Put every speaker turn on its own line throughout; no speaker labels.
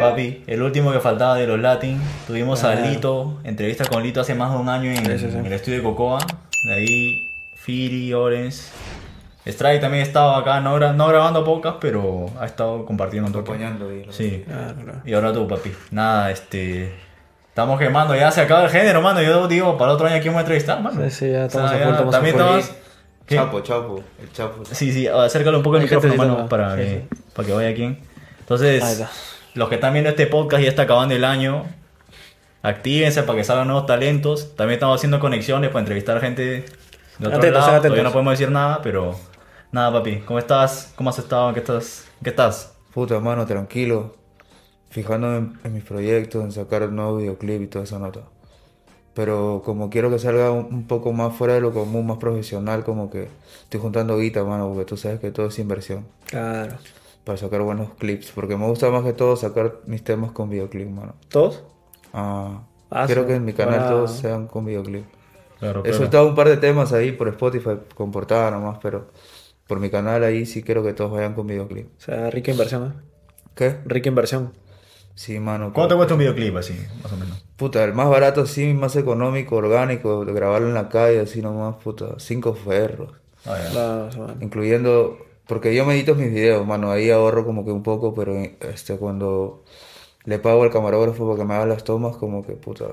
Papi, el último que faltaba de los Latin. Tuvimos a Lito, entrevista con Lito hace más de un año en,
Ah, sí, sí.
en el estudio de Cocoa. De ahí, Fili, Orens. Strike también estaba acá, no, gra- no grabando pocas, pero ha estado compartiendo un toque.
Acompañando y-
Sí.
Claro, claro.
Y ahora tú, papi. Nada, este. Estamos quemando, ya se acaba el género, mano. Yo digo, para otro año aquí vamos a entrevistar, mano.
Sí, sí, ya estamos a
ya
full, estamos a pues.
También
full.
estabas. ¿Qué?
Chapo, Chapo, el Chapo.
Sí, sí, acércalo un poco el
Hay que
micrófono,
tenerlo,
mano, para,
sí,
que,
sí.
para que vaya aquí.
Ahí
Entonces,
está.
los que están viendo este podcast ya está acabando el año. Actívense para que salgan nuevos talentos. También estamos haciendo conexiones para entrevistar gente de otro
Atentos,
lado.
atentos.
Todavía no podemos decir nada, pero nada, papi. ¿Cómo estás? ¿Cómo has estado? ¿En ¿Qué estás? ¿Qué estás?
Puta mano, tranquilo. Fijándome en, en mis proyectos, en sacar el nuevo videoclip y toda esa nota. Pero como quiero que salga un, un poco más fuera de lo común, más profesional, como que estoy juntando guita, mano, porque tú sabes que todo es inversión.
Claro.
Para sacar buenos clips. Porque me gusta más que todo sacar mis temas con videoclip, mano.
¿Todos?
Ah,
Ah,
quiero
sí.
que en mi canal
Ah.
todos sean con videoclip.
Claro,
He soltado un par de temas ahí por Spotify, con portada nomás, pero por mi canal ahí sí quiero que todos vayan con videoclip.
O sea, rica inversión, ¿eh?
¿Qué?
Rica inversión.
Sí, mano.
¿Cuánto te
pero-
cuesta un videoclip así, más o menos?
Puta, el más barato, sí, más económico, orgánico, de grabarlo en la calle, así nomás, puta, cinco ferros.
Ah, ya.
La semana.
Incluyendo, porque yo me edito mis videos, mano, ahí ahorro como que un poco, pero este, cuando le pago al camarógrafo para que me haga las tomas, como que, puta,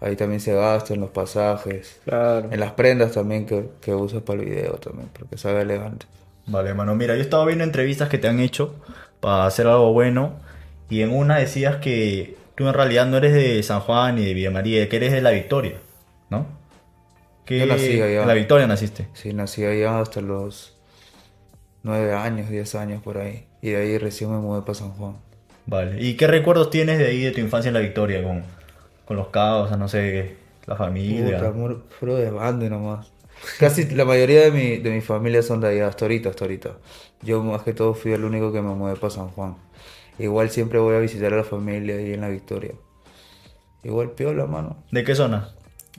ahí también se gasta en los pasajes,
Claro.
en las prendas también que, que usas para el video también, porque se ve elegante.
Vale, mano. Mira, yo estaba viendo entrevistas que te han hecho para hacer algo bueno. Y en una decías que tú en realidad no eres de San Juan ni de Villa María, que eres de La Victoria, ¿no? Que
Yo nací allá.
en La Victoria naciste.
Sí, nací allá hasta los nueve años, diez años por ahí, y de ahí recién me mudé para San Juan.
Vale. ¿Y qué recuerdos tienes de ahí de tu infancia en La Victoria con, con los cabos, o sea, no sé, la familia?
Puta, amor, puro desbande nomás. Casi la mayoría de mi, de mi familia son de allá, hasta ahorita, hasta ahorita. Yo más que todo fui el único que me mudé para San Juan. Igual siempre voy a visitar a la familia ahí en La Victoria. Igual piola, mano.
¿De qué zona?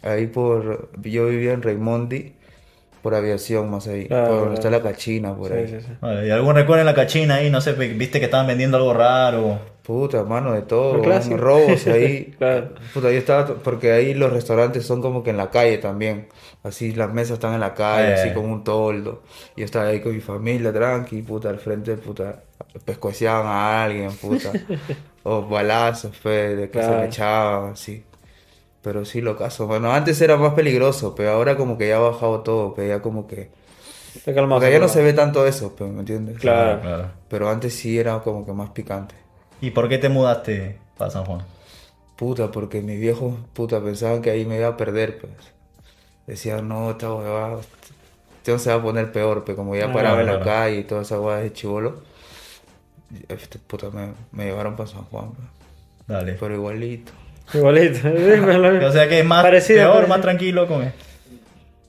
Ahí por... Yo vivía en Raimondi, por aviación más ahí.
Claro,
por donde
claro.
está la cachina, por
Ah, Sí,
ahí.
sí, sí.
Vale, ¿Y algún recuerdo en la cachina ahí? No sé, pe- viste que estaban vendiendo algo raro.
Puta, mano, de
Lo
todo,
clásico.
robos ahí.
Claro.
Puta, yo estaba, porque ahí los restaurantes son como que en la calle también. Así las mesas están en la calle,
Eh.
así como un toldo. Yo estaba ahí con mi familia, tranqui, puta, al frente, puta, pescociaban a alguien, puta. O balazos, fe, de que se
Claro.
me echaban, así. Pero sí, lo caso. Bueno, antes era más peligroso, pero ahora como que ya ha bajado todo, pero ya como que...
Te calmas.
Porque ya no se ve tanto eso, pero, ¿me entiendes?
Claro.
Pero antes sí era como que más picante.
¿Y por qué te mudaste para San Juan?
Puta, porque mis viejos, puta, pensaban que ahí me iba a perder, pues. Decían, no, esta huevada, esto se va a poner peor, pues, como ya
Ah,
paraba en la
claro.
calle y todas esas huevadas de chivolo. Este, puta, me, me llevaron para San Juan, pues.
Dale.
Pero igualito.
Igualito.
O sea que es más
Pues, Parecido,
peor,
parecido.
más tranquilo con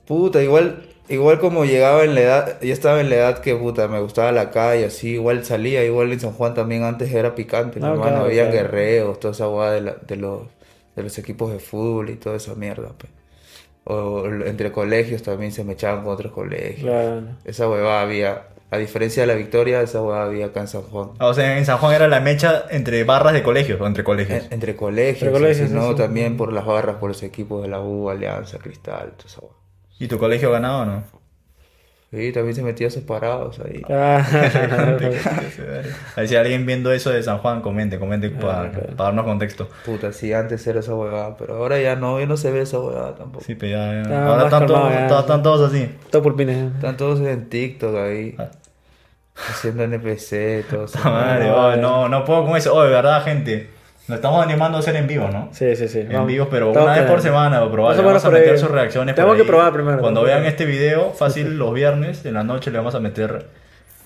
Puta, igual, igual como llegaba en la edad, ya estaba en la edad que, puta, me gustaba la calle, así, igual salía, igual en San Juan también antes era picante,
Ah,
hermano,
claro,
había
claro.
guerreos, toda esa hueá de, la- de los, de los equipos de fútbol y toda esa mierda, pues. O lo- entre colegios también se me echaban con otros colegios.
Claro.
Esa huevada había, a diferencia de la Victoria, esa huevada había acá en San Juan.
Ah, O sea, en San Juan era la mecha entre barras de colegios, o entre colegios.
Eh.
En- entre colegios,
Entre colegios,
y si no,
sí, sí.
también por las barras, por los equipos de la U, Alianza, Cristal, toda esa hueá.
¿Y tu colegio ganado o no?
Y también se metía separados ahí.
Ahí si alguien viendo eso de San Juan, comente, comente
Ah,
para darnos contexto.
Puta, sí, antes era esa huevada, pero ahora ya no, ya no se ve esa huevada tampoco.
Sí, pero ya- ya.
Ah,
Ahora
más
están todos,
calmado, ya.
todos- están todos así.
Todo ¿eh? pulpines.
Están todos en TikTok ahí,
Ah.
haciendo NPC, todo eso.
Ah,
Puta madre, oh, no, no puedo con eso. Oh, de verdad, gente. Nos estamos animando a hacer en vivo, ¿no?
Sí, sí, sí.
En vivo, pero
Estamos
una vez por
planeando.
semana, o probar.
Más o
Vamos
menos
a
por ahí.
meter sus reacciones. por
Tenemos que
ahí.
probar primero.
Cuando
¿no?
vean este video, fácil los viernes en la noche le vamos a meter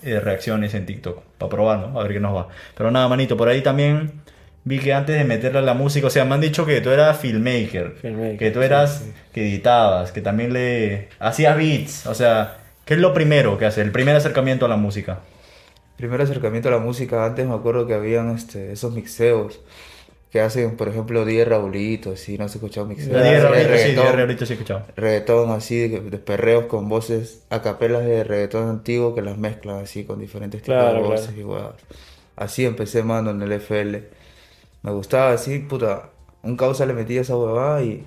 eh, reacciones en TikTok para probar, ¿no? A ver qué nos va. Pero nada, manito, por ahí también vi que antes de meterle a la música, o sea, me han dicho que tú eras filmmaker,
Filmmaker,
que tú eras que editabas, que también le hacías beats, o sea, ¿qué es lo primero que haces? El primer acercamiento a la música.
Primer acercamiento a la música, antes me acuerdo que habían este, esos mixeos que hacen, por ejemplo, 10 Raulitos, si no has escuchado mixeos.
De
de
ahorita sí,
reggaetón,
de ahorita sí he escuchado.
reggaetón así, de, de perreos con voces, a capelas de reggaetón antiguo que las mezclan así con diferentes tipos
Claro,
de
claro.
voces y huevadas. Así empecé, mano, en el FL. Me gustaba así, puta. Un causa le metía esa huevada y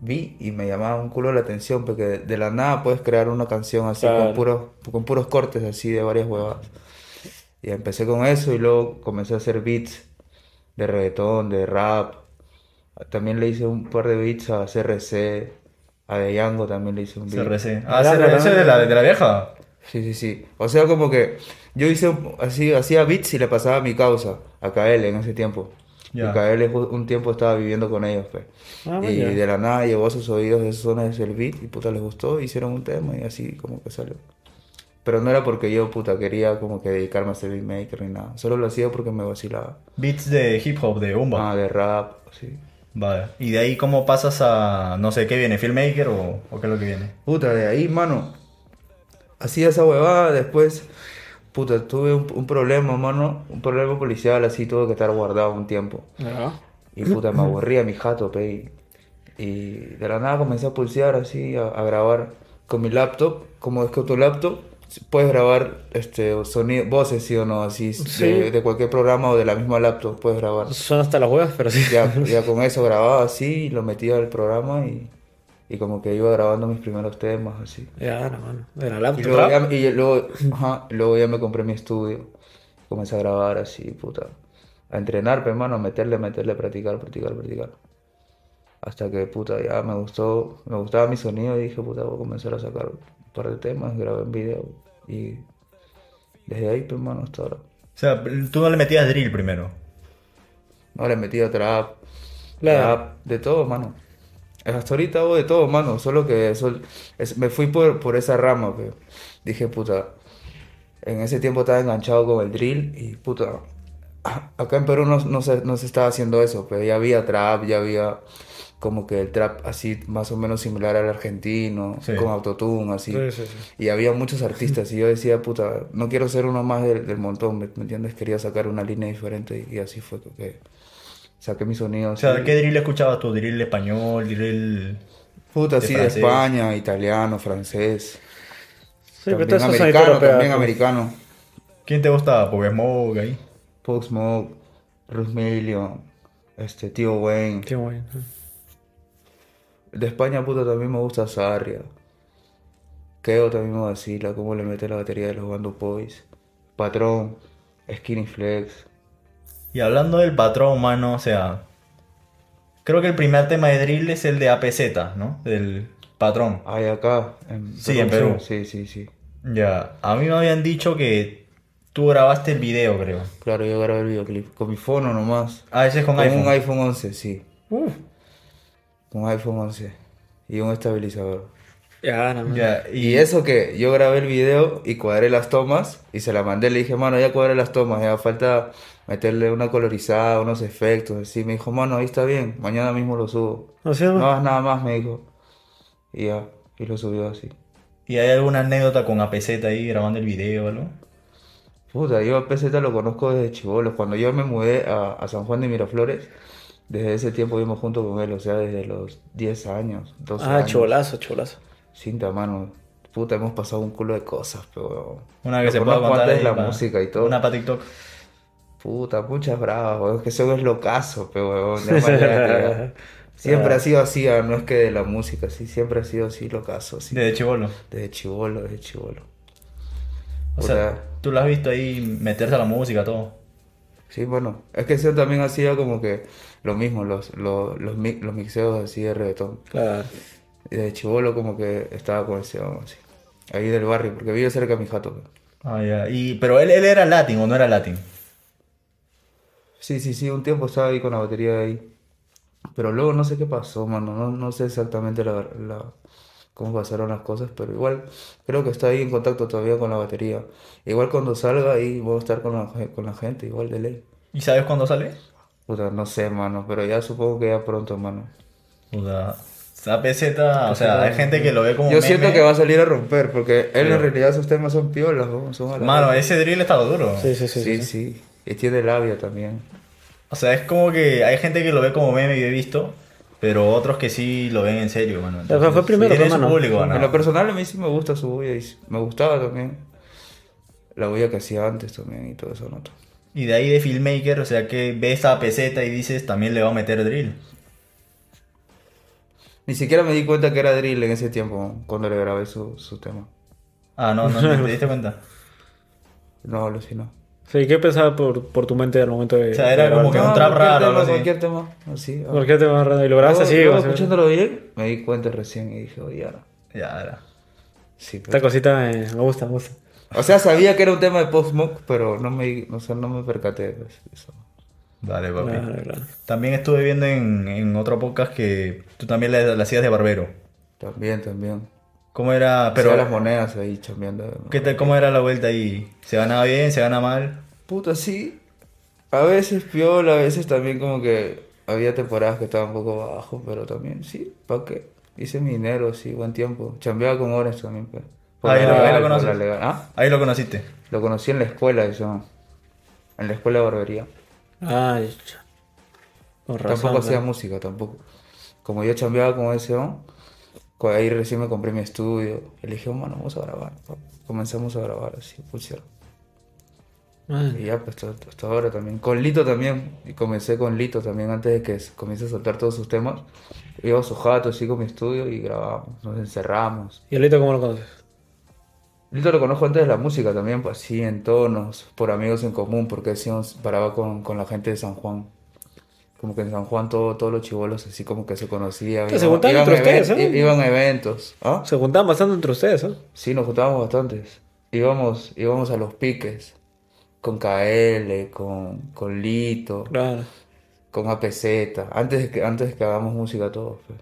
vi y me llamaba un culo la atención porque de, de la nada puedes crear una canción así
Claro.
con, puros, con puros cortes así de varias huevadas. Y empecé con eso y luego comencé a hacer beats de reggaetón, de rap. También le hice un par de beats a CRC, a De Yango también le hice un beat.
CRC. Ah,
Claro,
CRC
claro.
de la, de la vieja.
Sí, sí, sí. O sea, como que yo hice un- así, hacía beats y le pasaba a mi causa, a KL en ese tiempo. Y
Ya.
KL ju- un tiempo estaba viviendo con ellos, pues.
Ah,
Y
vaya.
de la nada llegó a sus oídos de zonas el beat y puta les gustó, hicieron un tema y así como que salió. Pero no era porque yo puta quería como que dedicarme a ser beatmaker ni nada. Solo lo hacía porque me vacilaba.
Beats de hip hop, de Umba.
Ah, de rap, sí.
Vale. ¿Y de ahí cómo pasas a, no sé, qué viene? ¿Filmmaker o, o qué es lo que viene?
Puta, de ahí, mano. Hacía esa huevada, después, puta, tuve un, un problema, mano. Un problema policial, así tuve que estar guardado un tiempo.
Ya.
Y puta, me aburría mi jato, pe. Y, y de la nada comencé a pulsear así, a, a grabar con mi laptop. Como es que tu laptop puedes grabar este, sonido, voces, sí o no, así,
Sí.
de, de cualquier programa o de la misma laptop puedes grabar.
Son hasta las huevas, pero sí.
Ya, ya con eso grababa así, y lo metía al programa y, y como que iba grabando mis primeros temas, así.
Ya, la mano. De la
Y
laptop.
luego, ya, y luego, ajá, luego ya me compré mi estudio. Comencé a grabar así, puta. A entrenar, pe, mano, a meterle, a meterle, a practicar, practicar, practicar. Hasta que, puta, ya me gustó, me gustaba mi sonido y dije, puta, voy a comenzar a sacar un par de temas, grabé en video. Y desde ahí, pe, mano, hasta ahora.
O sea, tú no le metías drill primero.
No, le he metido trap,
Claro.
rap, de todo, mano. Hasta ahorita hago de todo, mano. Solo que eso, es- me fui por, por esa rama, pero dije, puta, en ese tiempo estaba enganchado con el drill y, puta, a- acá en Perú no, no se, no se estaba haciendo eso, pero ya había trap, ya había como que el trap así más o menos similar al argentino,
Sí.
con autotune, así.
Sí, sí, sí.
Y había muchos artistas y yo decía, puta, no quiero ser uno más del, del montón, ¿me, me entiendes? Quería sacar una línea diferente y, así fue que- que saqué mi sonido.
O sea,
así.
¿qué drill escuchabas tú? ¿Drill español? ¿Drill...?
Puta,
de
sí, de
francés?
España, italiano, francés,
Sí, pero
también
todas esas son
americano,
europeas,
también
pues.
americano.
¿Quién te gustaba? Pokémon ahí.
Pop Smoke, Ruth Million, este, Tío Wayne.
Qué bueno.
De España, puta, también me gusta Sarria. Keo también me vacila, cómo le mete la batería de los Bando Boys. Patrón, Skinny Flex.
Y hablando del patrón, mano, o sea... Creo que el primer tema de drill es el de APZ, ¿no? Del patrón.
Ay, acá, en
Sí, en Perú.
Sí, sí, sí.
Ya, a mí me habían dicho que tú grabaste el video, creo.
Claro, yo grabé el videoclip con mi fono nomás.
Ah, ese es con
Con
iPhone.
un iPhone 11, sí.
Uf.
Con un iPhone 11. Y un estabilizador.
Ya, la mano.
Ya,
Y eso que yo grabé el video y cuadré las tomas y se la mandé. Le dije, mano, ya cuadré las tomas, ya falta meterle una colorizada, unos efectos, así. Me dijo, mano, ahí está bien, mañana mismo lo subo.
No sé,
No
no.
hagas nada más, me dijo. Y ya, y lo subió así.
¿Y hay alguna anécdota con APZ ahí grabando el video o algo?
Puta, yo a PZ lo conozco desde chibolos. Cuando yo me mudé a, a San Juan de Miraflores, desde ese tiempo vimos junto con él, o sea, desde los 10 años, 12
Ah,
años.
cholazo, cholazo.
Cinta, mano. Puta, hemos pasado un culo de cosas, pero...
Una que
Lo
se pueda
conozco
contar
antes
ahí
la
pa-
música y todo.
Una para TikTok.
Puta, muchas bravas, weón. Es que eso es locazo, pero weón. no hay manera de crear.
Ah.
Siempre ha sido así, ah, no es que de la música, sí, siempre ha sido así locazo, sí.
De chivolo.
Desde chivolo, desde chivolo.
O
Puta.
sea, tú lo has visto ahí meterse a la música, todo.
Sí, bueno, es que eso también hacía como que lo mismo, los, los, los, mi- los mixeos así de reggaetón.
Claro.
Y desde chivolo como que estaba con ese weón, así. Ahí del barrio, porque vive cerca de mi jato. weón.
Ah, ya. Y, pero él, él era latín o no era latín.
Sí, sí, sí, un tiempo estaba ahí con la batería de ahí. Pero luego no sé qué pasó, mano. No, no sé exactamente la, la- cómo pasaron las cosas, pero igual creo que está ahí en contacto todavía con la batería. Igual cuando salga ahí voy a estar con la, gen- con la gente, igual de ley.
¿Y sabes cuándo sale?
Puta, no sé, mano, pero ya supongo que ya pronto, mano.
O sea, APZ, o sea, hay gente que lo ve como
Yo
meme.
siento que va a salir a romper, porque él en realidad sus temas son piolas, ¿no? son a la-
Mano, ese drill estaba duro.
Sí, sí, sí.
Sí,
sí,
sí,
sí.
Y tiene labia también.
O sea, es como que hay gente que lo ve como meme y he visto, pero otros que sí lo ven en serio, mano.
sea, fue primero,
tiene
fue,
su
mano.
público,
En lo
mano.
personal a mí sí me gusta su bulla y me gustaba también la bulla que hacía antes también y todo eso, ¿no?
Y de ahí de filmmaker, o sea que ves a peseta y dices, también le va a meter drill.
Ni siquiera me di cuenta que era drill en ese tiempo, cuando le grabé su, su tema.
Ah, no, no, no, te diste cuenta.
No, alucinó.
Sí, ¿qué pensaba por, por tu mente al momento de.
O sea, era
de
como
grabar?
que un
No,
trap
cualquier
raro,
tema,
algo así.
Cualquier tema, así. ah.
¿Por qué te vas raro? Y lo grabaste
Luego-
así,
luego
o
eh.
sea,
escuchándolo bien, me di cuenta recién y dije, oye, ahora.
Ya, era.
Sí, pues.
Esta cosita me, me gusta, me gusta.
O sea, sabía que era un tema de Post Smoke, pero no me, o sea, no me percaté pues, de eso.
Dale, papi.
Claro, claro.
También estuve viendo en, en otro podcast que tú también la, la hacías de barbero.
También, también.
¿Cómo era?
Pero
Pero,
las monedas ahí chambeando. ¿no?
¿qué tal, ¿Cómo era la vuelta ahí? ¿Se ganaba bien? ¿Se gana mal?
Puta, sí. A veces piola, a veces también como que había temporadas que estaba un poco bajo, pero también sí, ¿para qué? Hice mi dinero, sí, buen tiempo. Chambeaba con horas también, pues. Por
Ahí
la
lo- ahí lo
legal, por
conoces.
la legal. ¿Ah?
Ahí lo conociste.
Lo conocí en la escuela, eso. En la escuela de barbería.
Ay, cha. Con razón.
Tampoco hacía
¿no?
música, tampoco. Como yo chambeaba con ese on, cu- ahí recién me compré mi estudio. Y le dije, "Oh, mano, vamos a grabar. pa". Comenzamos a grabar así, pulsero.
Man,
Y ya, pues hasta, hasta ahora también. Con Lito también. Y comencé con Lito también antes de que s- comience a soltar todos sus temas. Iba a su jato, así con mi estudio y grabamos. Nos encerramos.
¿Y Alito cómo lo conoces?
Lito lo conozco antes de la música también, pues así, en tonos, por amigos en común, porque así nos paraba con, con la gente de San Juan. Como que en San Juan todo, todos los chibolos así como que se conocían.
Se
iban-
juntaban
iban
entre ustedes,
even-
¿eh?
i- Iban a eventos. ¿Ah?
Se juntaban bastante entre ustedes, ¿eh?
Sí, nos juntábamos bastantes. Íbamos, íbamos a los piques. Con KL, con, con Lito,
Claro.
con APZ. Antes de que, antes de que hagamos música todos. pues.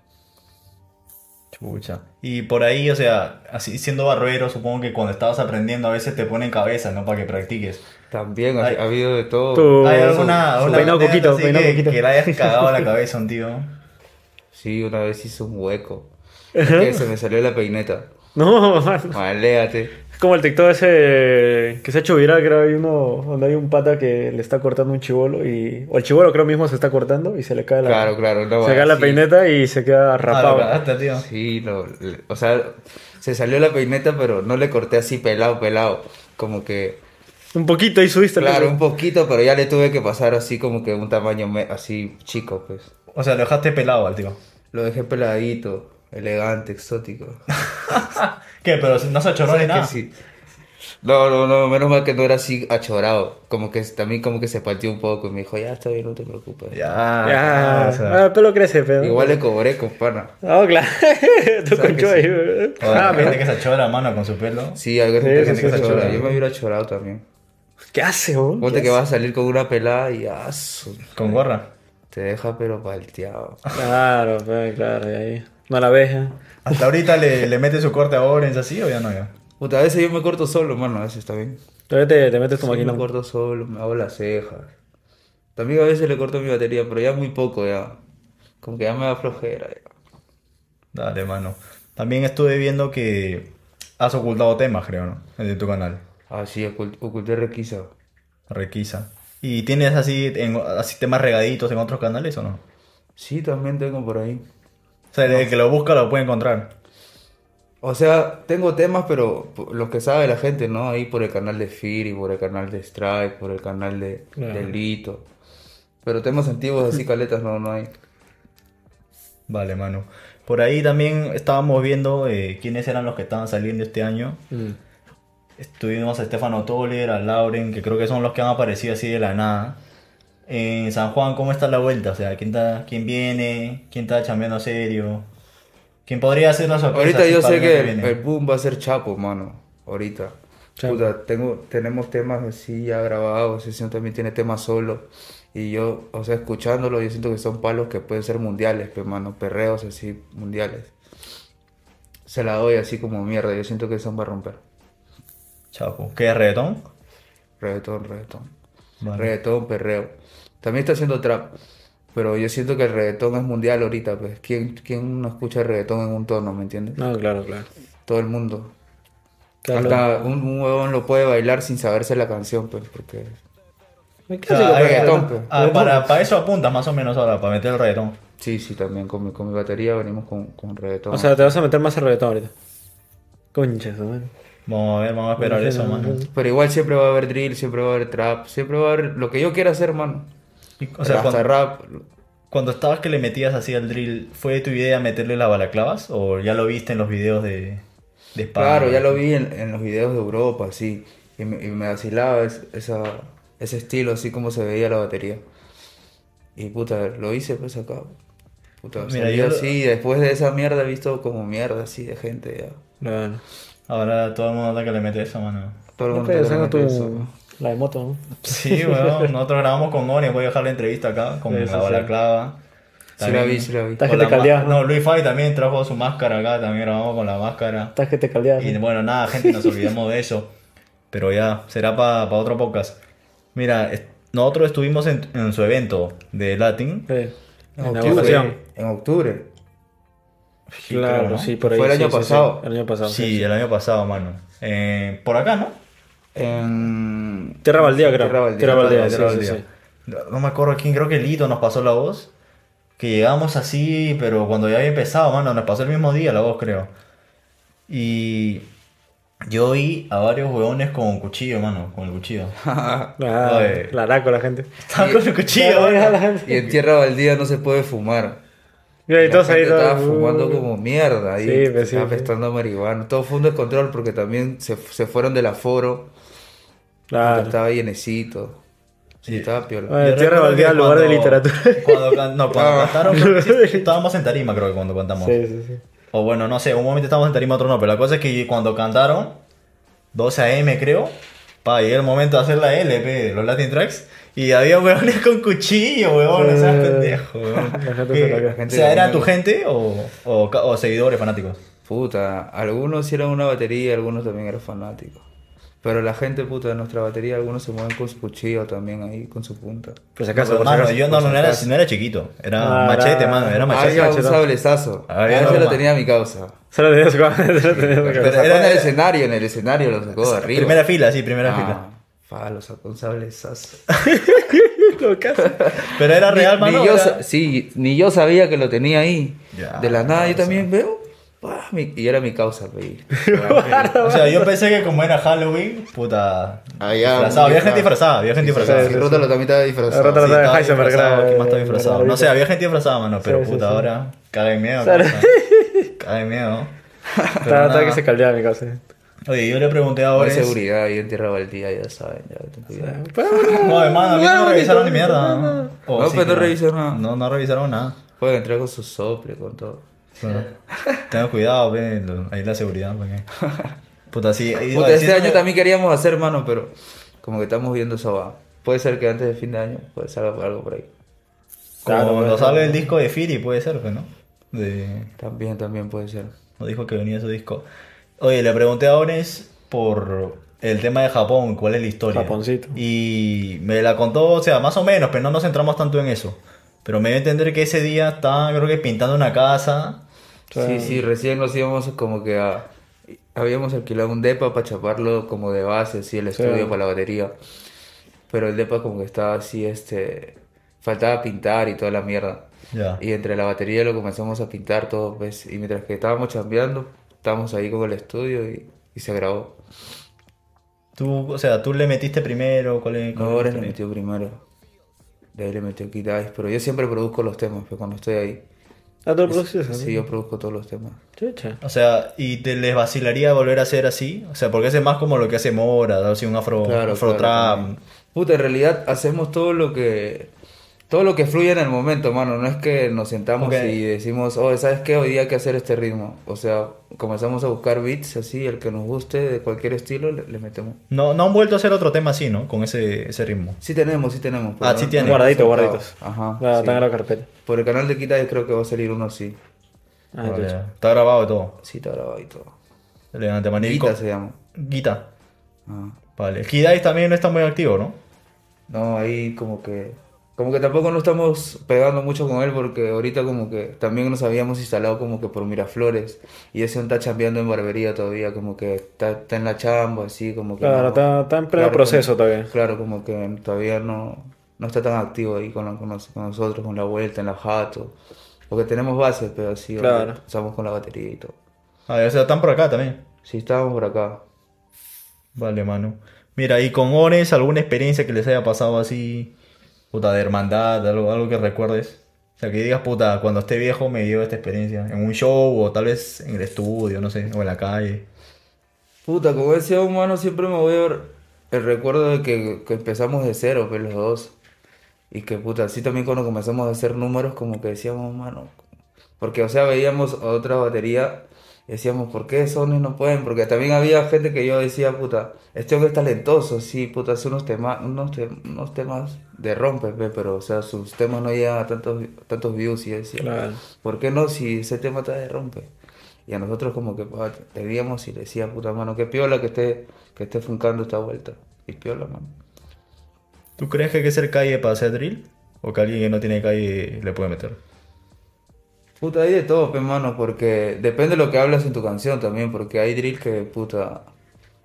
Chucha. Y por ahí, o sea, así siendo barbero, supongo que cuando estabas aprendiendo a veces te ponen cabeza, ¿no? Para que practiques.
También ha,
Ay.
ha habido de todo.
Tú-
¿Hay
Su-
alguna,
su
alguna
peinado
anécdota
coquito,
así
peinado
que,
coquito.
que le hayas cagado la cabeza a un tío? Ah,
Sí, una vez hice un hueco. Es que se me salió la peineta.
No, man.
Maléate.
Es como el TikTok ese que se ha hecho viral, creo, hay uno donde hay un pata que le está cortando un chivolo y... O el chivolo creo mismo se está cortando y se le cae la...
Claro, claro, no,
se le cae la
sí.
peineta y se queda
Ah,
rapado.
lo cagaste, tío.
Sí, no, le- o sea, se salió la peineta, pero no le corté así pelado, pelado. Como que,
un poquito ahí subiste. el
claro,
pelo.
un poquito, pero ya le tuve que pasar así como que un tamaño me- así chico, pues.
O sea, lo dejaste pelado al tío.
Lo dejé peladito, elegante, exótico.
¿Qué? Pero no se achoró ni
Es que
nada.
sí. No, no, no, menos mal que no era así achorado. Como que también como que se partió un poco y me dijo, ya está bien, no te preocupes.
Ya,
Ya.
ya, o sea.
Ah, el pelo crece, pero...
Igual le cobré, compana.
Ah, claro. Tu
que
concho
sí.
ahí. weón.
O sea,
Ah,
hay gente
mira.
que se achora la mano con su pelo.
Sí, algo
Sí,
gente
sí,
que
sí,
se
sí.
achora. Yo me hubiera achorado también.
¿Qué hace, weón?
Ponte
¿Qué
que
hace?
vas a salir con una pelada y ah, su-
Con gorra.
te deja pero palteado.
Claro, pues, claro, y ahí. No la ves, ¿eh?
Hasta ahorita le, le mete su corte a Orange así o ya no ya.
Puta, a veces yo me corto solo, mano, a veces está bien.
Todavía te, te metes tu
Yo
máquina.
me corto solo, me hago las cejas. También a veces le corto mi batería, pero ya muy poco ya. Como que ya me da flojera ya.
Dale, mano. También estuve viendo que has ocultado temas, creo, ¿no? De tu canal.
Ah, sí, ocult- oculté requisa.
Requisa. ¿Y tienes así, en- así temas regaditos en otros canales o no?
Sí, también tengo por ahí.
O sea, el que lo busca lo puede encontrar.
O sea, tengo temas, pero p- los que sabe la gente, ¿no? Ahí por el canal de Fury, por el canal de Strike, por el canal de,
Claro.
de Lito. Pero temas antiguos así, caletas, no, no hay.
Vale, mano. Por ahí también estábamos viendo eh, quiénes eran los que estaban saliendo este año.
Mm.
Estuvimos a Stefano Toller, a Lauren, que creo que son los que han aparecido así de la nada. En San Juan, ¿cómo está la vuelta? O sea, ¿quién, está, quién viene? ¿Quién está chambeando serio? ¿Quién podría hacer la sorpresa?
Ahorita
así
yo
para
sé
el año
que el,
viene?
el boom va a ser Chapo, mano. Ahorita.
Chapo.
Puta, tengo, tenemos temas así ya grabados. Sesión también tiene temas solo. Y yo, o sea, escuchándolo, yo siento que son palos que pueden ser mundiales, pe, mano. Perreos así, mundiales. Se la doy así como mierda. Yo siento que eso va a romper.
Chapo. ¿Qué es reggaetón?
Reggaetón, reggaetón.
Vale.
Reggaetón, perreo. También está haciendo trap. Pero yo siento que el reggaetón es mundial ahorita, pues. ¿Quién, quién no escucha reggaetón en un tono, me entiendes?
No, claro, claro.
Todo el mundo.
Claro.
Hasta un, un huevón lo puede bailar sin saberse la canción, pues, porque...
¿Qué
O sea,
hace con
hay-
reggaetón, pues.
ah, para, para eso apuntas más o menos ahora, para meter el reggaetón.
Sí, sí, también con mi, con mi batería venimos con, con reggaetón.
O sea, te vas a meter más al reggaetón ahorita. Concha, su madre.
Vamos a ver, vamos a esperar
Bueno,
eso,
sí,
mano.
sí.
Pero igual siempre va a haber drill, siempre va a haber trap, siempre va a haber lo que yo quiera hacer, mano.
Y, o sea,
Hasta
cuando,
rap.
cuando estabas que le metías así al drill, ¿fue tu idea meterle las balaclavas? ¿O ya lo viste en los videos de, de España?
Claro, ya lo vi en, en los videos de Europa, sí. Y me, y me vacilaba es- esa- ese estilo, así como se veía la batería. Y puta, lo hice pues acá. Puta,
Mira,
salí
yo lo-
así, después de esa mierda he visto como mierda así de gente ya.
Bueno.
Ahora todo el mundo anda que le mete eso, mano.
Todo el mundo
Nunca
te
saca
comenta
tu-
eso.
La de moto, ¿no?
Sí, weón. Nosotros grabamos con Oni, voy a dejar la entrevista acá, con
Sí, sí,
la
sí.
balaclava.
Sí la
También-
vi, sí la vi.
Está-
con
que te
la ma-
caldeas, ¿no?
No, Luis Fai también trajo su máscara acá, también grabamos con la máscara.
Estás que te caldeas.
Y
¿no?
bueno, nada, gente, nos olvidamos de eso. Pero ya, será para otro podcast. Mira, est- nosotros estuvimos en, en su evento de Latin.
Sí.
En
En la
octubre.
votación.
En octubre.
Sí, creo,
Claro,
¿no?
sí, por ahí.
Fue el
sí,
año
sí,
pasado.
sí. El año pasado.
Sí, el año pasado, mano. Eh, por acá, ¿no?
En...
Tierra Baldía, creo.
Tierra Baldía.
Tierra Baldía,
Tierra
sí, sí,
Baldía. No, no me acuerdo quién, creo que Lito nos pasó la voz. Que llegamos así, pero cuando ya había empezado, mano, nos pasó el mismo día la voz, creo. Y yo vi a varios hueones con cuchillo, mano, con el cuchillo.
Ah,
Oye.
la araco la gente.
Estaban con el cuchillo,
Claro,
mano.
la gente.
y en Tierra Baldía no se puede fumar.
Y ahí
La
todos
gente
ahí. todos- uh.
estaba fumando como mierda ahí,
Sí,
se
pues, sí,
estaba
sí.
apestando a marihuana. Todo fue un descontrol porque también se, se fueron del aforo.
Claro.
Estaba llenecito. Sí,
Sí.
estaba piola.
Ay,
Yo
Tierra
recuerdo
Baldía,
que
lugar de
cuando-
literatura.
Cuando, can- no, cuando
Ah.
cantaron, creo que sí, estábamos en tarima, creo que cuando cantamos.
Sí, sí, sí.
O bueno, no sé, un momento estábamos en tarima, otro no, pero la cosa es que cuando cantaron, 12 AM creo, pa, llegó el momento de hacer la LP, los Latin Tracks, y había huevones con cuchillo, huevón, o sea,
Sí.
pendejo, huevón.
Eh, La gente
Que-
se ataca.
o
Gente
sea, ¿era
también.
tu gente o, o ca- o seguidores fanáticos?
Puta, algunos sí eran una batería, algunos también eran fanáticos. Pero la gente, puta, de nuestra batería, algunos se mueven con su cuchillo también ahí, con su punta.
Por
No,
si acaso, por si
mano,
acaso.
yo no,
por si
no era,
acaso.
no era chiquito, era
Ah,
machete,
era-
mano, era
Ah,
machete.
Había un
machete.
sablezazo.
Ah, ya
A
no,
ese lo
ma-
tenía mi causa.
Solo tenía su cámara, solo tenía su
Lo
cámara.
sacó en
era-
el
era-
escenario, en el escenario lo sacó de arriba.
Primera fila, sí, primera fila.
Ah, fa, lo sacó un sablezazo.
Lo caso.
Pero era real,
Ni-
mano.
Ni yo,
era-
sa- sí, ni yo sabía que lo tenía ahí.
Ya,
de la nada, yo
causa.
también veo. pa, mi- y era mi causa, pe.
O sea, yo pensé que como era Halloween, puta.
Ah, ya,
disfrazado. Había
disfrazado.
gente disfrazada, había gente disfrazada.
sí, sí.
Rota la tamita disfrazada.
Rótalo
Sí,
Disfrazada de
estaba
Heisenberg,
disfrazado,
claro,
¿quién más estaba
eh,
disfrazado?
verdad,
No sé, había gente disfrazada, mano, pero
Sí, sí,
puta,
sí.
ahora caga de miedo.
Claro.
cosa. Caga de miedo. Pero
Estaba estaba
nada.
que se caldeaba mi casa.
Oye, yo le pregunté a
Por
Ores.
seguridad ahí en Tierra Baldía, ya saben. Ya, ten cuidado.
No, hermano, a mí no
bonito,
revisaron ni
bonito,
mierda.
no,
¿no? O
No, pero no revisaron nada.
No, no revisaron nada.
Pueden entrar con su sople, con todo.
Pero Tengan cuidado, ve, lo- ahí la seguridad. porque- Puta, sí. y-
Puta,
oye,
este
sí,
año
no-
también queríamos hacer, mano, pero como que estamos viendo eso va. Puede ser que antes de fin de año puede salga algo por ahí.
Claro,
Como
bueno.
nos habla el disco de Firi, puede ser, pues, ¿no? De...
También, también puede ser.
Nos dijo que venía su disco. Oye, le pregunté a Ores por el tema de Japón, cuál es la historia.
Japoncito.
Y me la contó, o sea, más o menos, pero no nos centramos tanto en eso. Pero me dio a entender que ese día estaban, creo que pintando una casa.
sea,
Sí, sí, recién nos íbamos como que a... Habíamos alquilado un depa para chaparlo como de base, así el estudio para la batería. Pero el depa como que estaba así, este... Faltaba pintar y toda la mierda.
Ya.
Y entre la batería lo comenzamos a pintar todo, pues. Y mientras que estábamos chambeando, estábamos ahí con el estudio y, y se grabó.
Tú, o sea, tú le metiste primero, cuál es.
No,
cuál es
ahora
la
le
historia?
metió primero. De ahí le metió Kid Ice, pero yo siempre produzco los temas, pues cuando estoy ahí.
Ah, todo el proceso.
Sí, yo produzco todos los temas.
Chucha.
O sea, ¿y te les vacilaría volver a hacer así? O sea, porque ese es más como lo que hace Mora, así un afro,
Claro,
afro
claro,
trap.
también. Puta, en realidad hacemos todo lo que todo lo que fluye en el momento, mano. No es que nos sentamos
Ok.
y decimos, oh, ¿sabes qué? Hoy día hay que hacer este ritmo. O sea, comenzamos a buscar beats así, el que nos guste, de cualquier estilo, le, le metemos.
No, no han vuelto a hacer otro tema así, ¿no? Con ese, ese ritmo.
Sí tenemos, sí tenemos.
Ah, sí tienen.
Guardaditos,
Guardaditos,
guardaditos.
Ajá.
Ah,
sí.
Están en la carpeta.
Por el canal de Kid Ice creo que va a salir uno así.
Ah,
Vale,
chucha.
está grabado y todo.
Sí, está grabado y todo.
Levante manico.
Guita se llama. Ah.
Guita.
Ajá.
Vale, Kidais también no está muy activo, ¿no?
No, ahí como que... Como que tampoco no estamos pegando mucho con él porque ahorita como que también nos habíamos instalado como que por Miraflores y ese está chambeando en barbería todavía, como que está, está en la chamba, así como que...
Claro,
no-
está, está en pleno
Claro,
proceso
como-
todavía.
Claro, como que todavía no, no está tan activo ahí con, la- con nos- con nosotros, con la vuelta, en la jato, porque tenemos bases, pero así
Claro.
estamos con la batería y todo.
Ah, o sea, están por acá también.
Sí, estábamos por acá.
Vale, mano. Mira, y con Ores, ¿alguna experiencia que les haya pasado así? Puta, de hermandad, algo, algo que recuerdes. O sea, que digas, puta, cuando esté viejo me dio esta experiencia. En un show o tal vez en el estudio, no sé, o en la calle.
Puta, como decía humano, siempre me voy a ver el recuerdo de que, que empezamos de cero, pues los dos. Y que puta, así también cuando comenzamos a hacer números, como que decíamos, mano. Porque, o sea, veíamos otra batería y decíamos, ¿por qué Sony no pueden? Porque también había gente que yo decía, puta, este hombre es talentoso, sí, puta, hace unos temas, unos, te- unos temas de rompe, pe, pero, o sea, sus temas no llegan a tantos, tantos views y yo decía,
Claro.
¿por qué no si ese tema está de rompe? Y a nosotros como que pa, te veíamos y le decía, puta mano, que piola que esté, que esté funcando esta vuelta. Y piola, mano.
¿Tú crees que hay que ser calle para hacer drill? ¿O que alguien que no tiene calle le puede meter?
Puta, hay de todo, pe mano, porque depende de lo que hablas en tu canción también, porque hay drill que, puta,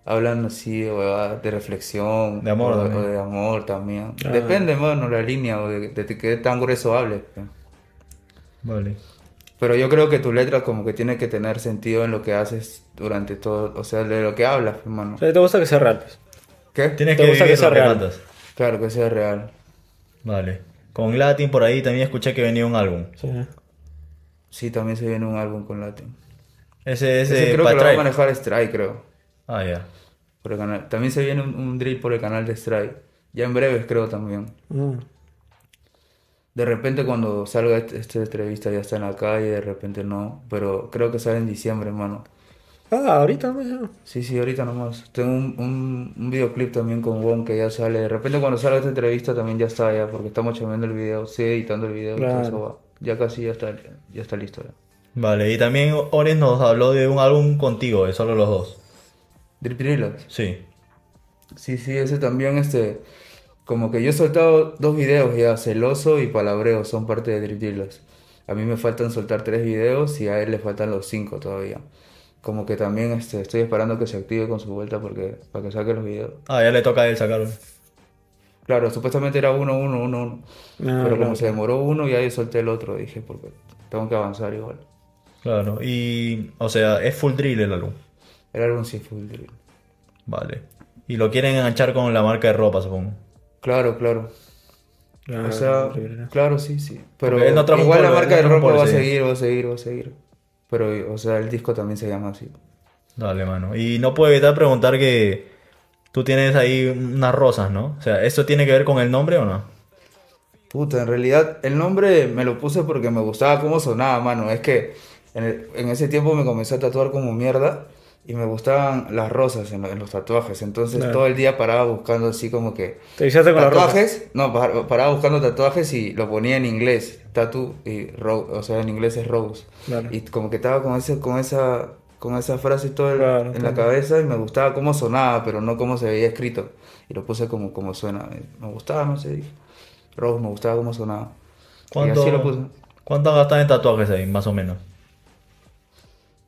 hablan así, huevadas, de reflexión,
De amor
o,
también.
o de amor también.
Ah.
Depende, mano, la línea, o de, de qué tan grueso hables. pe.
Vale.
Pero yo creo que tu letra como que tiene que tener sentido en lo que haces durante todo, o sea, de lo que hablas, pe mano.
O sea, ¿te gusta que sea rap? pues.
¿Qué?
Tienes
¿Te
que
gusta que
vivir
sea
lo que
real?
cantas.
Claro que sea real.
Vale. Con Latin por ahí también escuché que venía un álbum.
Sí.
Sí, también se viene un álbum con Latin.
Ese,
Ese
ese,
creo que lo va a
Patrick.
manejar Strike, creo.
Ah, ya.
Por el canal. También se viene un, un drill por el canal de Strike. Ya en breves creo también.
Mm.
De repente cuando salga este- esta entrevista ya está en la calle, de repente no. Pero creo que sale en diciembre, hermano.
Ah, ahorita, ¿no? Ya.
Sí, sí, ahorita nomás. Tengo un, un, un videoclip también con Wong que ya sale. De repente cuando salga esta entrevista también ya está ya, porque estamos chambeando el video, sí, editando el video y todo
Claro.
eso va. Ya casi ya está, ya está listo ya.
Vale, y también Ores nos habló de un álbum contigo, de solo los dos.
Drip Drillers.
Sí.
Sí, sí, ese también, este, como que yo he soltado dos videos ya, Celoso y Palabreo, son parte de Drip Dealers. A mí me faltan soltar tres videos y a él le faltan los cinco todavía. Como que también, este, estoy esperando que se active con su vuelta porque, para que saque los videos.
Ah, ya le toca a él sacarlo.
Claro, supuestamente era uno, uno, uno, uno,
Ah,
pero
claro.
como se demoró uno, ya yo solté el otro, dije, porque tengo que avanzar igual.
Claro. Y, o sea, es full drill el álbum.
El álbum sí fue un drill.
Vale. Y lo quieren enganchar con la marca de ropa, supongo.
Claro, claro.
Claro,
O sea,
horrible.
claro, sí, sí.
Ah, Porque él no
Pero
trajo un
igual la
polo, él no
marca de
trajo un
ropa
polo,
va a
sí.
seguir, va a seguir, va a seguir. Pero, o sea, el disco también se llama así.
Dale, mano. Y no puedo evitar preguntar que tú tienes ahí unas rosas, ¿no? O sea, ¿esto tiene que ver con el nombre o no?
Puta, en realidad el nombre me lo puse porque me gustaba cómo sonaba, mano. Es que en, el- en ese tiempo me comencé a tatuar como mierda y me gustaban las rosas en, lo- en los tatuajes. Entonces
Claro.
todo el día paraba buscando así como que...
¿Te hiciste con la ropa?
Tatuajes, no, par- paraba buscando tatuajes y lo ponía en inglés, tatu y ro- o sea, en inglés es rose.
Claro.
Y como que estaba con ese, con esa, con esa frase y todo el-
Claro,
en la
claro.
cabeza y me gustaba cómo sonaba, pero no cómo se veía escrito. Y lo puse como, como suena. Me gustaba, no sé, dije, rose, me gustaba cómo sonaba. Y así lo puse.
¿Cuánto, cuánto has gastado en tatuajes ahí, más o menos?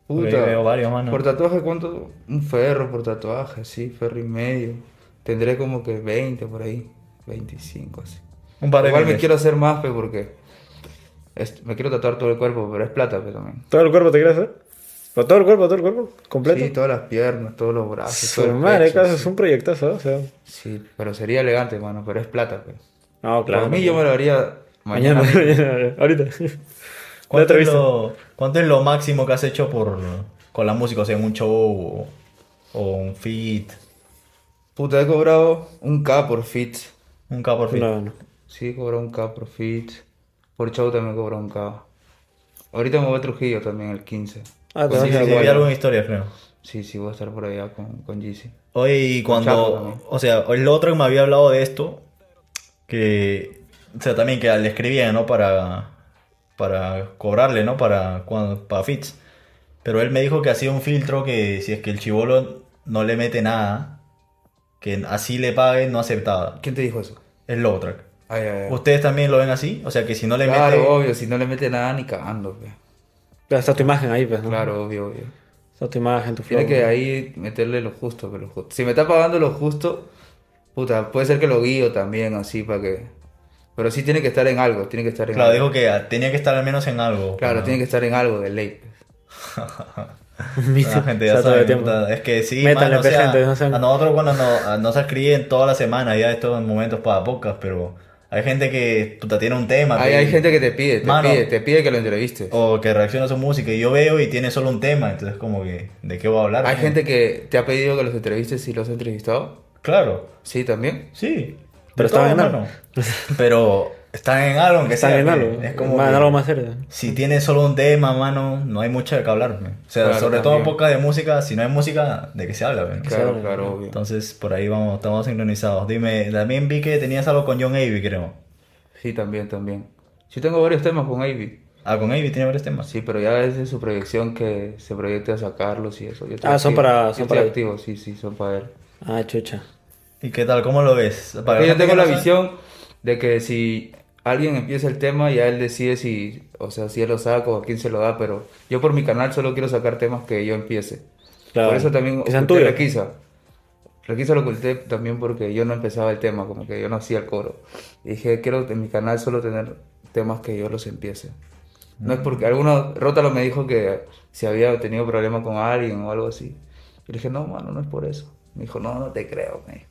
Porque yo
Puta,
veo varios, mano.
por tatuaje, ¿cuánto? Un ferro por tatuaje, sí, ferro y medio. Tendré como que 20 por ahí, 25 así.
Un par de
Igual me
miles.
quiero hacer más, pe, porque es- me quiero tatuar todo el cuerpo, pero es plata, pe, también.
¿Todo el cuerpo te quieres hacer? ¿Pero todo el cuerpo, todo el cuerpo?
Sí,
¿Completo? Ah,
todas las piernas, todos los brazos,
Su
todo el
madre,
pecho,
caso,
sí.
es un proyectazo, ¿eh? o sea.
Sí, pero sería elegante, mano, pero es plata, pe.
No, claro.
Por mí yo me lo haría
Mañana,
mañana.
mañana, ahorita. La
¿Cuánto es,
entrevista.
lo, cuánto es lo máximo que has hecho por, con la música? O sea, en un show o, o un feat.
Puta, he cobrado un K por fit.
Un K por feat.
No, no.
Sí, he cobrado un K por fit. Por show también he cobrado un K. Ahorita me voy a Trujillo también, el 15.
Ah, te
Sí,
vas
sí, sí,
a
vi
igual.
algo en historia, creo.
Sí, sí, voy a estar por allá con, con Yeezy.
Oye, y
Chapo
cuando,
también.
o sea, el otro que me había hablado de esto, que, o sea, también que le escribían, ¿no? Para, para cobrarle, ¿no? Para, cuan- para Fitz. Pero él me dijo que hacía un filtro que si es que el chivolo no le mete nada, que así le paguen, no aceptaba.
¿Quién te dijo eso?
Es low track.
Ay, ay, ay.
¿Ustedes también lo ven así? O sea, que si no le
Claro,
mete...
obvio, si no le mete nada ni cagando, pe.
Está tu imagen ahí, pues, ¿no?
Claro, obvio, obvio.
Está tu imagen, tu flow.
Tiene que ahí meterle lo justo, pero lo justo. Si me está pagando lo justo, puta, puede ser que lo guío también, así, para que... Pero sí tiene que estar en algo, tiene que estar en
Claro,
algo.
dijo que tenía que estar al menos en algo.
Claro,
para-
tiene que estar en algo de ley. pues.
La gente ya
Se
sabe,
de tiempo.
puta, es que sí,
Métanle,
mano, o
pe,
sea,
gente, no sean-
a nosotros cuando no, nos escriben toda la semana ya estos momentos para pocas, pero hay gente que puta, tiene un tema.
Hay,
pe,
hay gente que te pide, te
Mano.
pide, te pide que lo entrevistes.
O que reacciona a su música y yo veo y tiene solo un tema, entonces como que, ¿de qué voy a hablar?
Hay
pe?
gente que te ha pedido que los entrevistes y los has entrevistado.
Claro,
Sí, también.
sí.
Pero
De todo,
están en algo.
mano. Pero están en algo, aunque
Están
sea,
en
pe.
algo.
Es como
más,
que-
algo más serio.
Si tienes solo un tema, mano, no hay mucho de qué hablar. pe. O sea,
Claro,
sobre todo
también.
pocas de música, si no hay música, ¿de qué se habla? pe?
Claro,
sea,
claro, obvio.
Entonces, por ahí vamos, estamos sincronizados. Dime, también vi que tenías algo con John Avey, creo.
Sí, también, también. Yo tengo varios temas con Ivy.
Ah, con Avey tiene varios temas.
Sí, pero ya es de su proyección que se proyecte a sacarlos y eso. Yo estoy
Ah, son
activo.
para-
Yo
son
estoy
para-
activo, sí, sí, son para él.
Ah, chucha.
¿Y qué tal? ¿Cómo lo ves? Para
Yo
gente
tengo
que no
la
sabe-
visión de que si alguien empieza el tema, ya él decide si, o sea, si él lo saca o a quién se lo da, pero yo por mi canal solo quiero sacar temas que yo empiece.
Claro.
Por eso también
Que sean
oculté
tuyos.
Requisa. Requisa lo oculté también porque yo no empezaba el tema, como que yo no hacía el coro. Dije, quiero en mi canal solo tener temas que yo los empiece. No es
Mm.
porque alguno, Rótalo me dijo que si había tenido problema con alguien o algo así. Y le dije, no, mano, no es por eso. Me dijo, no, no te creo, me dijo.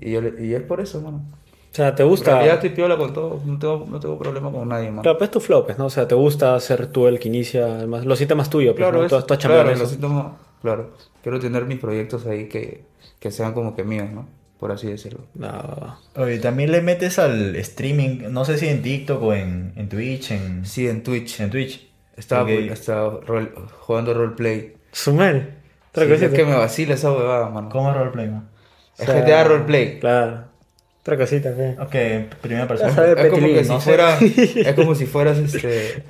Y, yo le- y es por eso, mano.
O sea, te
En realidad
gusta.
estoy piola con todo, no tengo, no tengo problema con nadie, mano.
Claro, pues es tu flow, pues, ¿no? O sea, te gusta ser tú el que inicia. además, los síntomas tuyos, pues, ¿no?
Claro,
Tú
es-
has- tú has chambeado
claro,
en
lo
eso.
siento, claro. Quiero tener mis proyectos ahí que, que sean como que míos, ¿no? Por así decirlo.
No.
Oye, también le metes al streaming, no sé si en TikTok o en, en Twitch, en,
Sí, en Twitch.
en Twitch.
Estaba,
Ok.
estaba rol- jugando roleplay.
Su madre. Otra
Sí, es
cosita.
que me vacila esa huevada, mano.
¿Cómo es roleplay, man?
Es
O sea,
GTA roleplay.
Claro. Otra cosita, fe.
Ok, primera
Ya sabes.
persona.
Es como
Petilín,
que si
no sé.
fuera, es como si fueras este,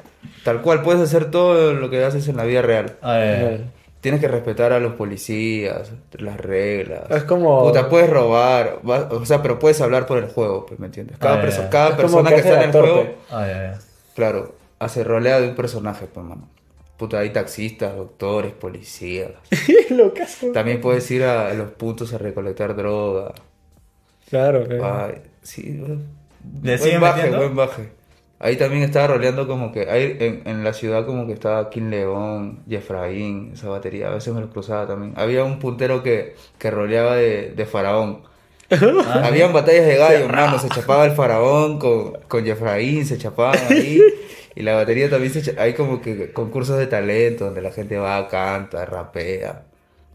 tal cual, puedes hacer todo lo que haces en la vida real.
A ver,
Eh. Tienes que respetar a los policías, las reglas.
Es como-
Puta, puedes robar, va- o sea, pero puedes hablar por el juego, pues, ¿me entiendes? Cada,
Ah, ya,
perso-
ya.
cada
Es como
persona
que
que
hace
está en
de
el
actor,
juego,
pues.
a ver.
claro, hace rolea de un personaje, pues, mano. Puta, hay taxistas, doctores, policías.
Lo caso.
También puedes ir a los puntos a recolectar droga.
Claro, fe.
Ay, sí, buen-
¿Le
buen
siguen
baje,
metiendo?
buen baje. Ahí también estaba roleando como que, ahí en, en la ciudad como que estaba King León, Jefraín, esa batería, a veces me los cruzaba también. Había un puntero que, que roleaba de, de faraón.
Ah,
Habían batallas de gallo, hermano, se chapaba el faraón con, con Jefraín, se chapaban ahí. Y la batería también se cha- hay como que concursos de talento donde la gente va, canta, rapea.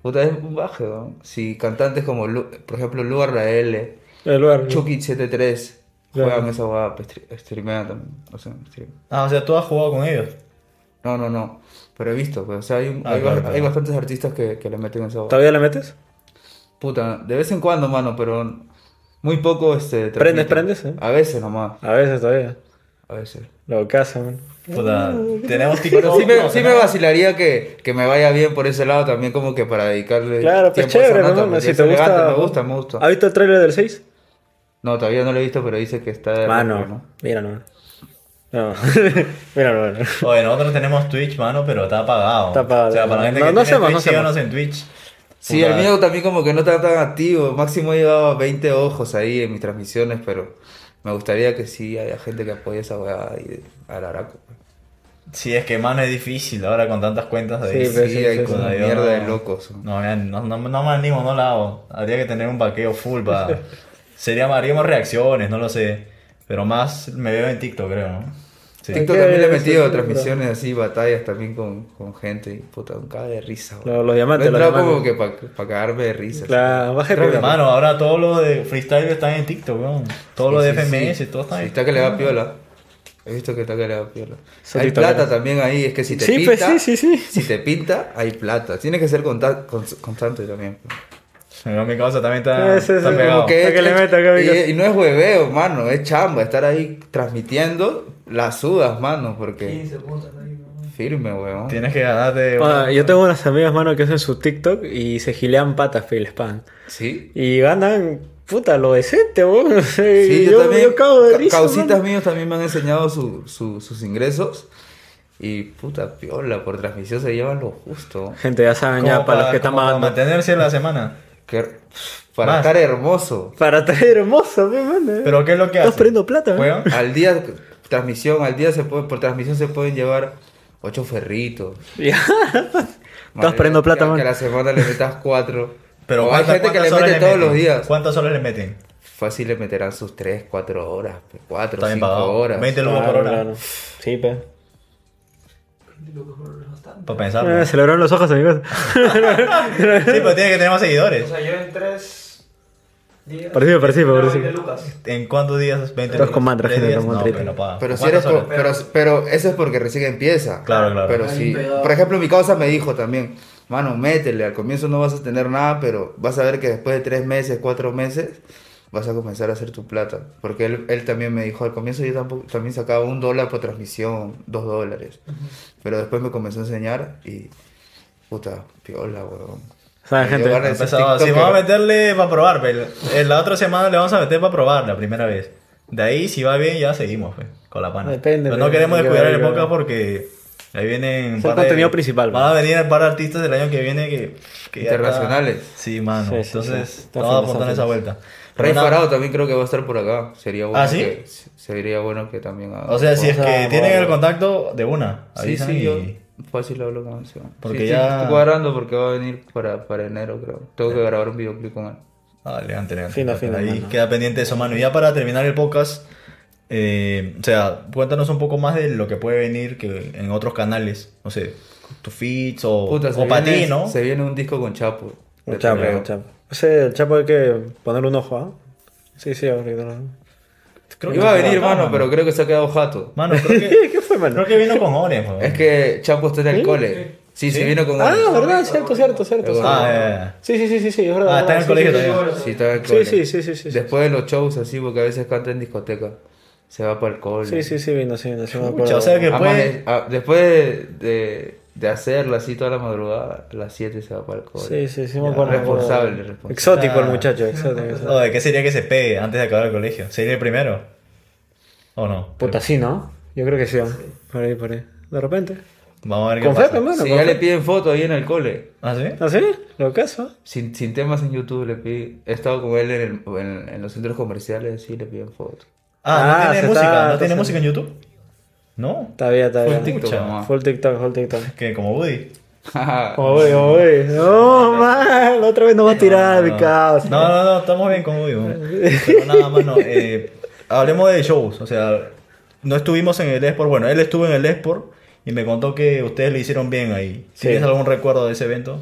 Puta, es un baje, ¿no? Si cantantes como, Lu- por ejemplo, Lugar Rael,
El lugar.
Chucky73
Claro.
juegan esa guapa, streamean también. O sea, stream.
Ah, o sea, tú has jugado con ellos.
No, no, no. Pero he visto, pues, o sea, hay, un-
Ah,
hay,
claro,
ba-
claro.
hay bastantes artistas que, que le meten esa guapa.
¿Todavía le metes?
Puta, de vez en cuando, mano, pero muy poco este.
Prendes,
transmiten.
prendes, eh.
A veces nomás,
A veces todavía.
a veces.
Lo caso, man.
Puta, tenemos TikTok.
Pero sí me,
no,
sí me
tenemos-
vacilaría que, que me vaya bien por ese lado también, como que para dedicarle.
Claro, pues
tiempo a esa
chévere,
nota,
¿no?
porque
Si
es
te
elegante,
gusta.
Me gusta, me gusta.
¿Has visto el trailer del 6?
No, todavía no lo he visto, pero dice que está. de rojo,
Mano,
Eh, ¿no?
mira Ah, no. No, mira no, mano.
Oye, nosotros tenemos Twitch, mano, pero está apagado.
Está apagado,
O sea,
está
para la gente
apagado.
que
No, no
tiene
hacemos, no
Twitch,
hacemos.
síganos en Twitch.
Sí,
Puta,
el mío también como que no está tan activo. Máximo he llegado a 20 ojos ahí en mis transmisiones, pero me gustaría que sí haya gente que apoye esa weá y al Araco.
Sí, es que, mano, es difícil ahora con tantas cuentas de
Sí,
Sí,
pero sí, sí,
hay
sí.
como
Puta, yo
mierda de
no-
locos. ¿no?
No, ya, no, no, no me animo, no la hago. Habría que tener un vaqueo full para... Sería, haríamos reacciones, no lo sé. Pero más me veo en TikTok, creo, ¿no? Sí.
Tic-
TikTok también le he
Sí,
metido
sí,
transmisiones así, batallas también con, con gente y puta, un cago de risa. weón.
Lo- los
No he
diamantes, los
entrado como
diamantes.
que para cagarme de risa.
La baja
Pero,
de
Mano, ahora todos los de freestyle están en TikTok, weón. Todos los de FMS,
y
todos están en
está que le da piola. He visto que está que le da piola.
Ah. Son
hay
tiktokeros.
plata también ahí, es que si te
Sí,
pinta,
pues, sí, sí, sí.
si te pinta, hay plata. Tiene que ser conta- cons- constante también.
Pero mi causa también está,
Sí, sí,
está
sí,
pegado.
como Para que le meta acá,
y,
amigos.
y no es hueveo, mano, es chamba, estar ahí transmitiendo las sudas, mano, porque firme, weón.
Tienes que ganarte...
Ah, yo tengo unas amigas, mano, que hacen su TikTok y se gilean patas, fe, y les pagan.
Sí.
Y ganan, puta, lo decente, weón.
Sí,
Sí,
yo,
yo,
también.
yo cago de
ca-
risa.
Causitas
mano.
míos también me han enseñado su- su- sus ingresos. Y puta piola, por transmisión se llevan lo justo.
Gente, ya saben,
como
ya, para los que
como
están
para
pagando.
mantenerse en la semana.
Que- para
Más.
estar hermoso.
Para traer hermoso, fe, mano. eh.
Pero ¿qué es lo que hace?
Estás perdiendo plata,
Weón,
Al día, transmisión, al día se puede, por transmisión se pueden llevar ocho ferritos.
Ya. Estás perdiendo plata,
Que
man.
a la semana le metas cuatro.
Pero
O hay
¿cuántas-
gente que le
cuántas horas
mete todos
meten?
los días.
¿Cuántas horas le meten?
Fácil le meterán sus tres, cuatro horas. pe, Cuatro,
Está bien
cinco
pagado.
horas.
20 lucas por
Claro,
hora.
claro. Sí, pe.
Para Pues pensarlo.
Eh,
sí,
se le abrieron los ojos, amigos.
pero tiene que tener más
O
seguidores.
sea, yo en tres días.
Parecido, parecido,
Pero
parecido.
20 lucas.
¿En cuántos días? 20
Todos con mantra,
¿Tres
gente,
días?
con
No,
mantrita.
pero no paga.
Pero si
¿Cuántas
eres co-
horas?
pero, pero eso es porque recién empieza.
Claro, claro.
Pero
Ahí
sí.
pegado.
Por ejemplo, mi causa me dijo también, mano, métele, al comienzo no vas a tener nada, pero vas a ver que después de tres meses, cuatro meses, vas a comenzar a hacer tu plata. Porque él, él también me dijo, al comienzo yo tampoco, también sacaba un dólar por transmisión, dos dólares. Pero después me comenzó a enseñar y, puta, piola, weón.
¿Saben,
Me dio
gente?
ganas de ser
Empezaba, si
tiktoker.
vamos a meterle para probar, pe. En la otra semana le vamos a meter para probar la primera vez. De ahí, si va bien, ya seguimos, pe, con la pana.
Depende, pues,
Pero no
pe,
queremos
yo-
descuidar el
yo-
podcast porque ahí vienen.
Es
par
el contenido principal, pues.
Van a venir un par de artistas del año que viene que. que ya
Internacionales.
está- Sí, mano.
Sí, sí, sí.
Entonces,
Está
vamos a
fin,
apuntar
está
esa
fin.
vuelta.
Rey
Pero nada,
Farao también creo que va a estar por acá. Sería bueno,
sí?
que, sería bueno que también... haga-
O sea, si es
O sea,
que tienen el
vamos.
contacto, de una.
Sí,
avisan
sí,
y-
yo fácil hablo con él. sí.
Porque
Sí, sí,
ya-
estoy cuadrando porque va a venir para, para enero, creo. Tengo que grabar un videoclip con él.
Ah, elegante, elegante.
Fino, fino,
Ahí
mano.
queda pendiente eso, mano. Y ya para terminar el podcast, eh, o sea, cuéntanos un poco más de lo que puede venir que en otros canales. No sé, tus feeds o,
Puta, se
o para ti,
viene-
¿no?
Se viene un disco con Chapo.
Un
de
chapo,
perreo.
un chapo. Ese el chapo hay que ponerle un ojo, ¿ah? Sí, sí, ahorita. no.
Creo
Iba a
está
venir,
acá,
mano, pero creo que se ha quedado jato.
Mano, eh. creo que,
¿Qué fue, mano?
creo que vino con Oren, weón.
Es que Chapo está en el cole. Sí, se vino con
Ah,
él.
verdad, cierto, cierto, cierto.
Ah,
Ah,
cierto.
ya, ya,
Sí, sí, sí, sí, sí, es
ya.
verdad.
Ah, está en el
sí,
colegio
sí, sí.
todavía.
Sí, está en el
Sí,
cole.
sí, sí, sí, sí, sí.
Después de los shows así, porque a veces canta en discoteca. Se va para el cole.
Sí, sí, sí, vino, sí, vino, sí, me
Pucha,
acuerdo.
o sea que-
Amane- ah, Después de, de, de hacerla así toda la madrugada, a las 7 se va para el cole.
Sí, sí, sí, me acuerdo. me acuerdo.
Responsable, responsable.
Exótico el
Ah.
muchacho, exótico. exótico.
Oye, ¿qué sería que se pegue antes de acabar el colegio? ¿Sería el primero? ¿O no?
Puta, sí, ¿no? Yo creo que sí, ¿no? Por ahí, por ahí. De repente.
Vamos a ver qué
Con fe,
pasa.
hermano.
Si
con
ya le
fe.
piden fotos ahí en el cole.
¿Ah, sí?
¿Ah, sí? Lo caso.
Sin, sin temas en YouTube le piden. He estado con él en, el- en- en los centros comerciales sí le piden fotos.
Ah,
Ah,
no tiene
se
música.
está-
¿No tiene
está-
música en YouTube? No.
Está bien, está
Fue en
bien.
TikTok,
Pucha.
nomás.
Full TikTok, full TikTok.
Que como Woody.
Como voy, como voy. No, mal. Otra vez no va a tirar, mi caos.
No, no, no, estamos bien con Woody. weón. Pero nada, mano. Eh, hablemos de shows. O sea, no estuvimos en el Esport. Bueno, él estuvo en el Esport y me contó que ustedes le hicieron bien ahí.
Sí.
¿Tienes algún recuerdo de ese evento?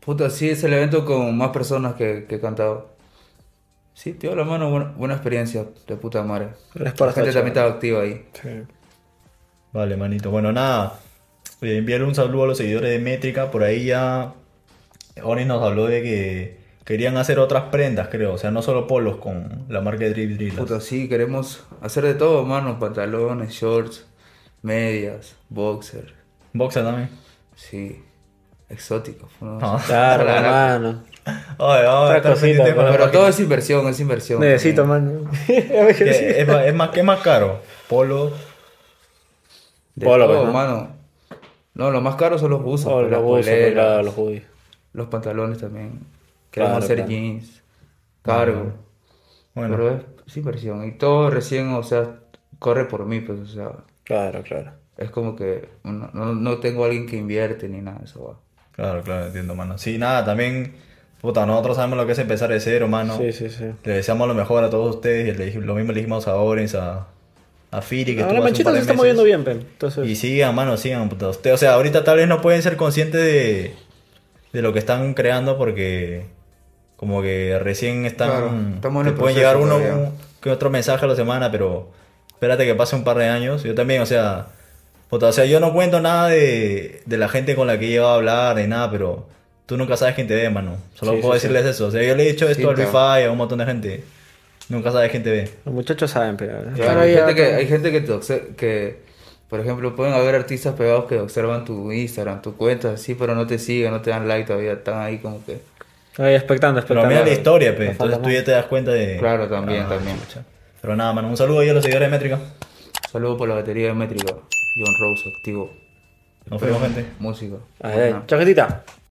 Puta, sí, es el evento con más personas que, que he cantado. Sí, tío, la mano, buena, buena experiencia, de puta madre.
Gracias por
la gente
estar,
también estaba activa ahí.
Sí.
Vale, manito. Bueno, nada. Eh, enviarle un saludo a los seguidores de Métrica. Por ahí ya. Oni nos habló de que querían hacer otras prendas, creo. O sea, no solo polos con la marca de Drip Drillers.
Puta, sí, queremos hacer de todo, mano. Pantalones, shorts, medias, boxer.
Boxer también.
Sí, exótico. ¿no?
No.
Claro, hermano.
Oye, oye,
Otra
está
cosita,
pendiente con la
Pero
marca.
todo es inversión, es inversión.
Necesito,
también.
mano.
Que es, más- es más, ¿Qué es más caro? Polo.
De
Polo,
todo,
pues, ¿no?
mano. No, lo más caro son los buzos,
Oh,
pues, las
los buzos,
poleras,
claro, los judíos.
los pantalones también. Queremos
Claro,
hacer
claro.
jeans, cargo.
Bueno.
Pero es, es inversión. Y todo recién, o sea, corre por mí, pues, o sea,
Claro, claro.
es como que no, no- no tengo alguien que invierte ni nada de eso, va.
Claro, claro, entiendo, mano. Sí, nada, también, puta, nosotros sabemos lo que es empezar de cero, mano.
Sí, sí, sí.
Le deseamos lo mejor a todos ustedes. y le dij- lo mismo le dijimos a Orens, a, a Firi, que estuvo
Ahora la
hace un
manchita
par
se
de
está
meses.
moviendo bien, Pen. Entonces,
Y sigan, mano, sigan, puta. Usted- o sea, ahorita tal vez no pueden ser conscientes de, de lo que están creando porque como que recién están...
Claro, estamos en
te pueden
el proceso
llegar uno
todavía.
un- que otro mensaje a la semana, pero espérate que pase un par de años. Yo también, o sea... puta, o sea, yo no cuento nada de, de la gente con la que he llegado a hablar ni nada, pero tú nunca sabes quién te ve, mano. Solo
Sí,
puedo
sí,
decirles eso. O sea, yo le he dicho esto al
Sí, claro.
Wi-Fi a un montón de gente. Nunca sabes quién te ve.
los muchachos saben, pero.
Claro, hay, gente que, hay gente que, te obse- que, por ejemplo, pueden haber artistas pegados que observan tu Instagram, tu cuenta, así, pero no te siguen, no te dan like todavía, están ahí como que...
Ahí expectando,
Pero
expectando.
mira la historia, pe.
No falta
Entonces tú ya te das cuenta de...
Claro, también, también.
chucha. Pero nada, mano. Un saludo yo a los seguidores de Métrica.
Saludos por la batería de métrica. John Rose, activo.
Nos vemos, gente.
Música.
Ahí, ahí. Chaquetita.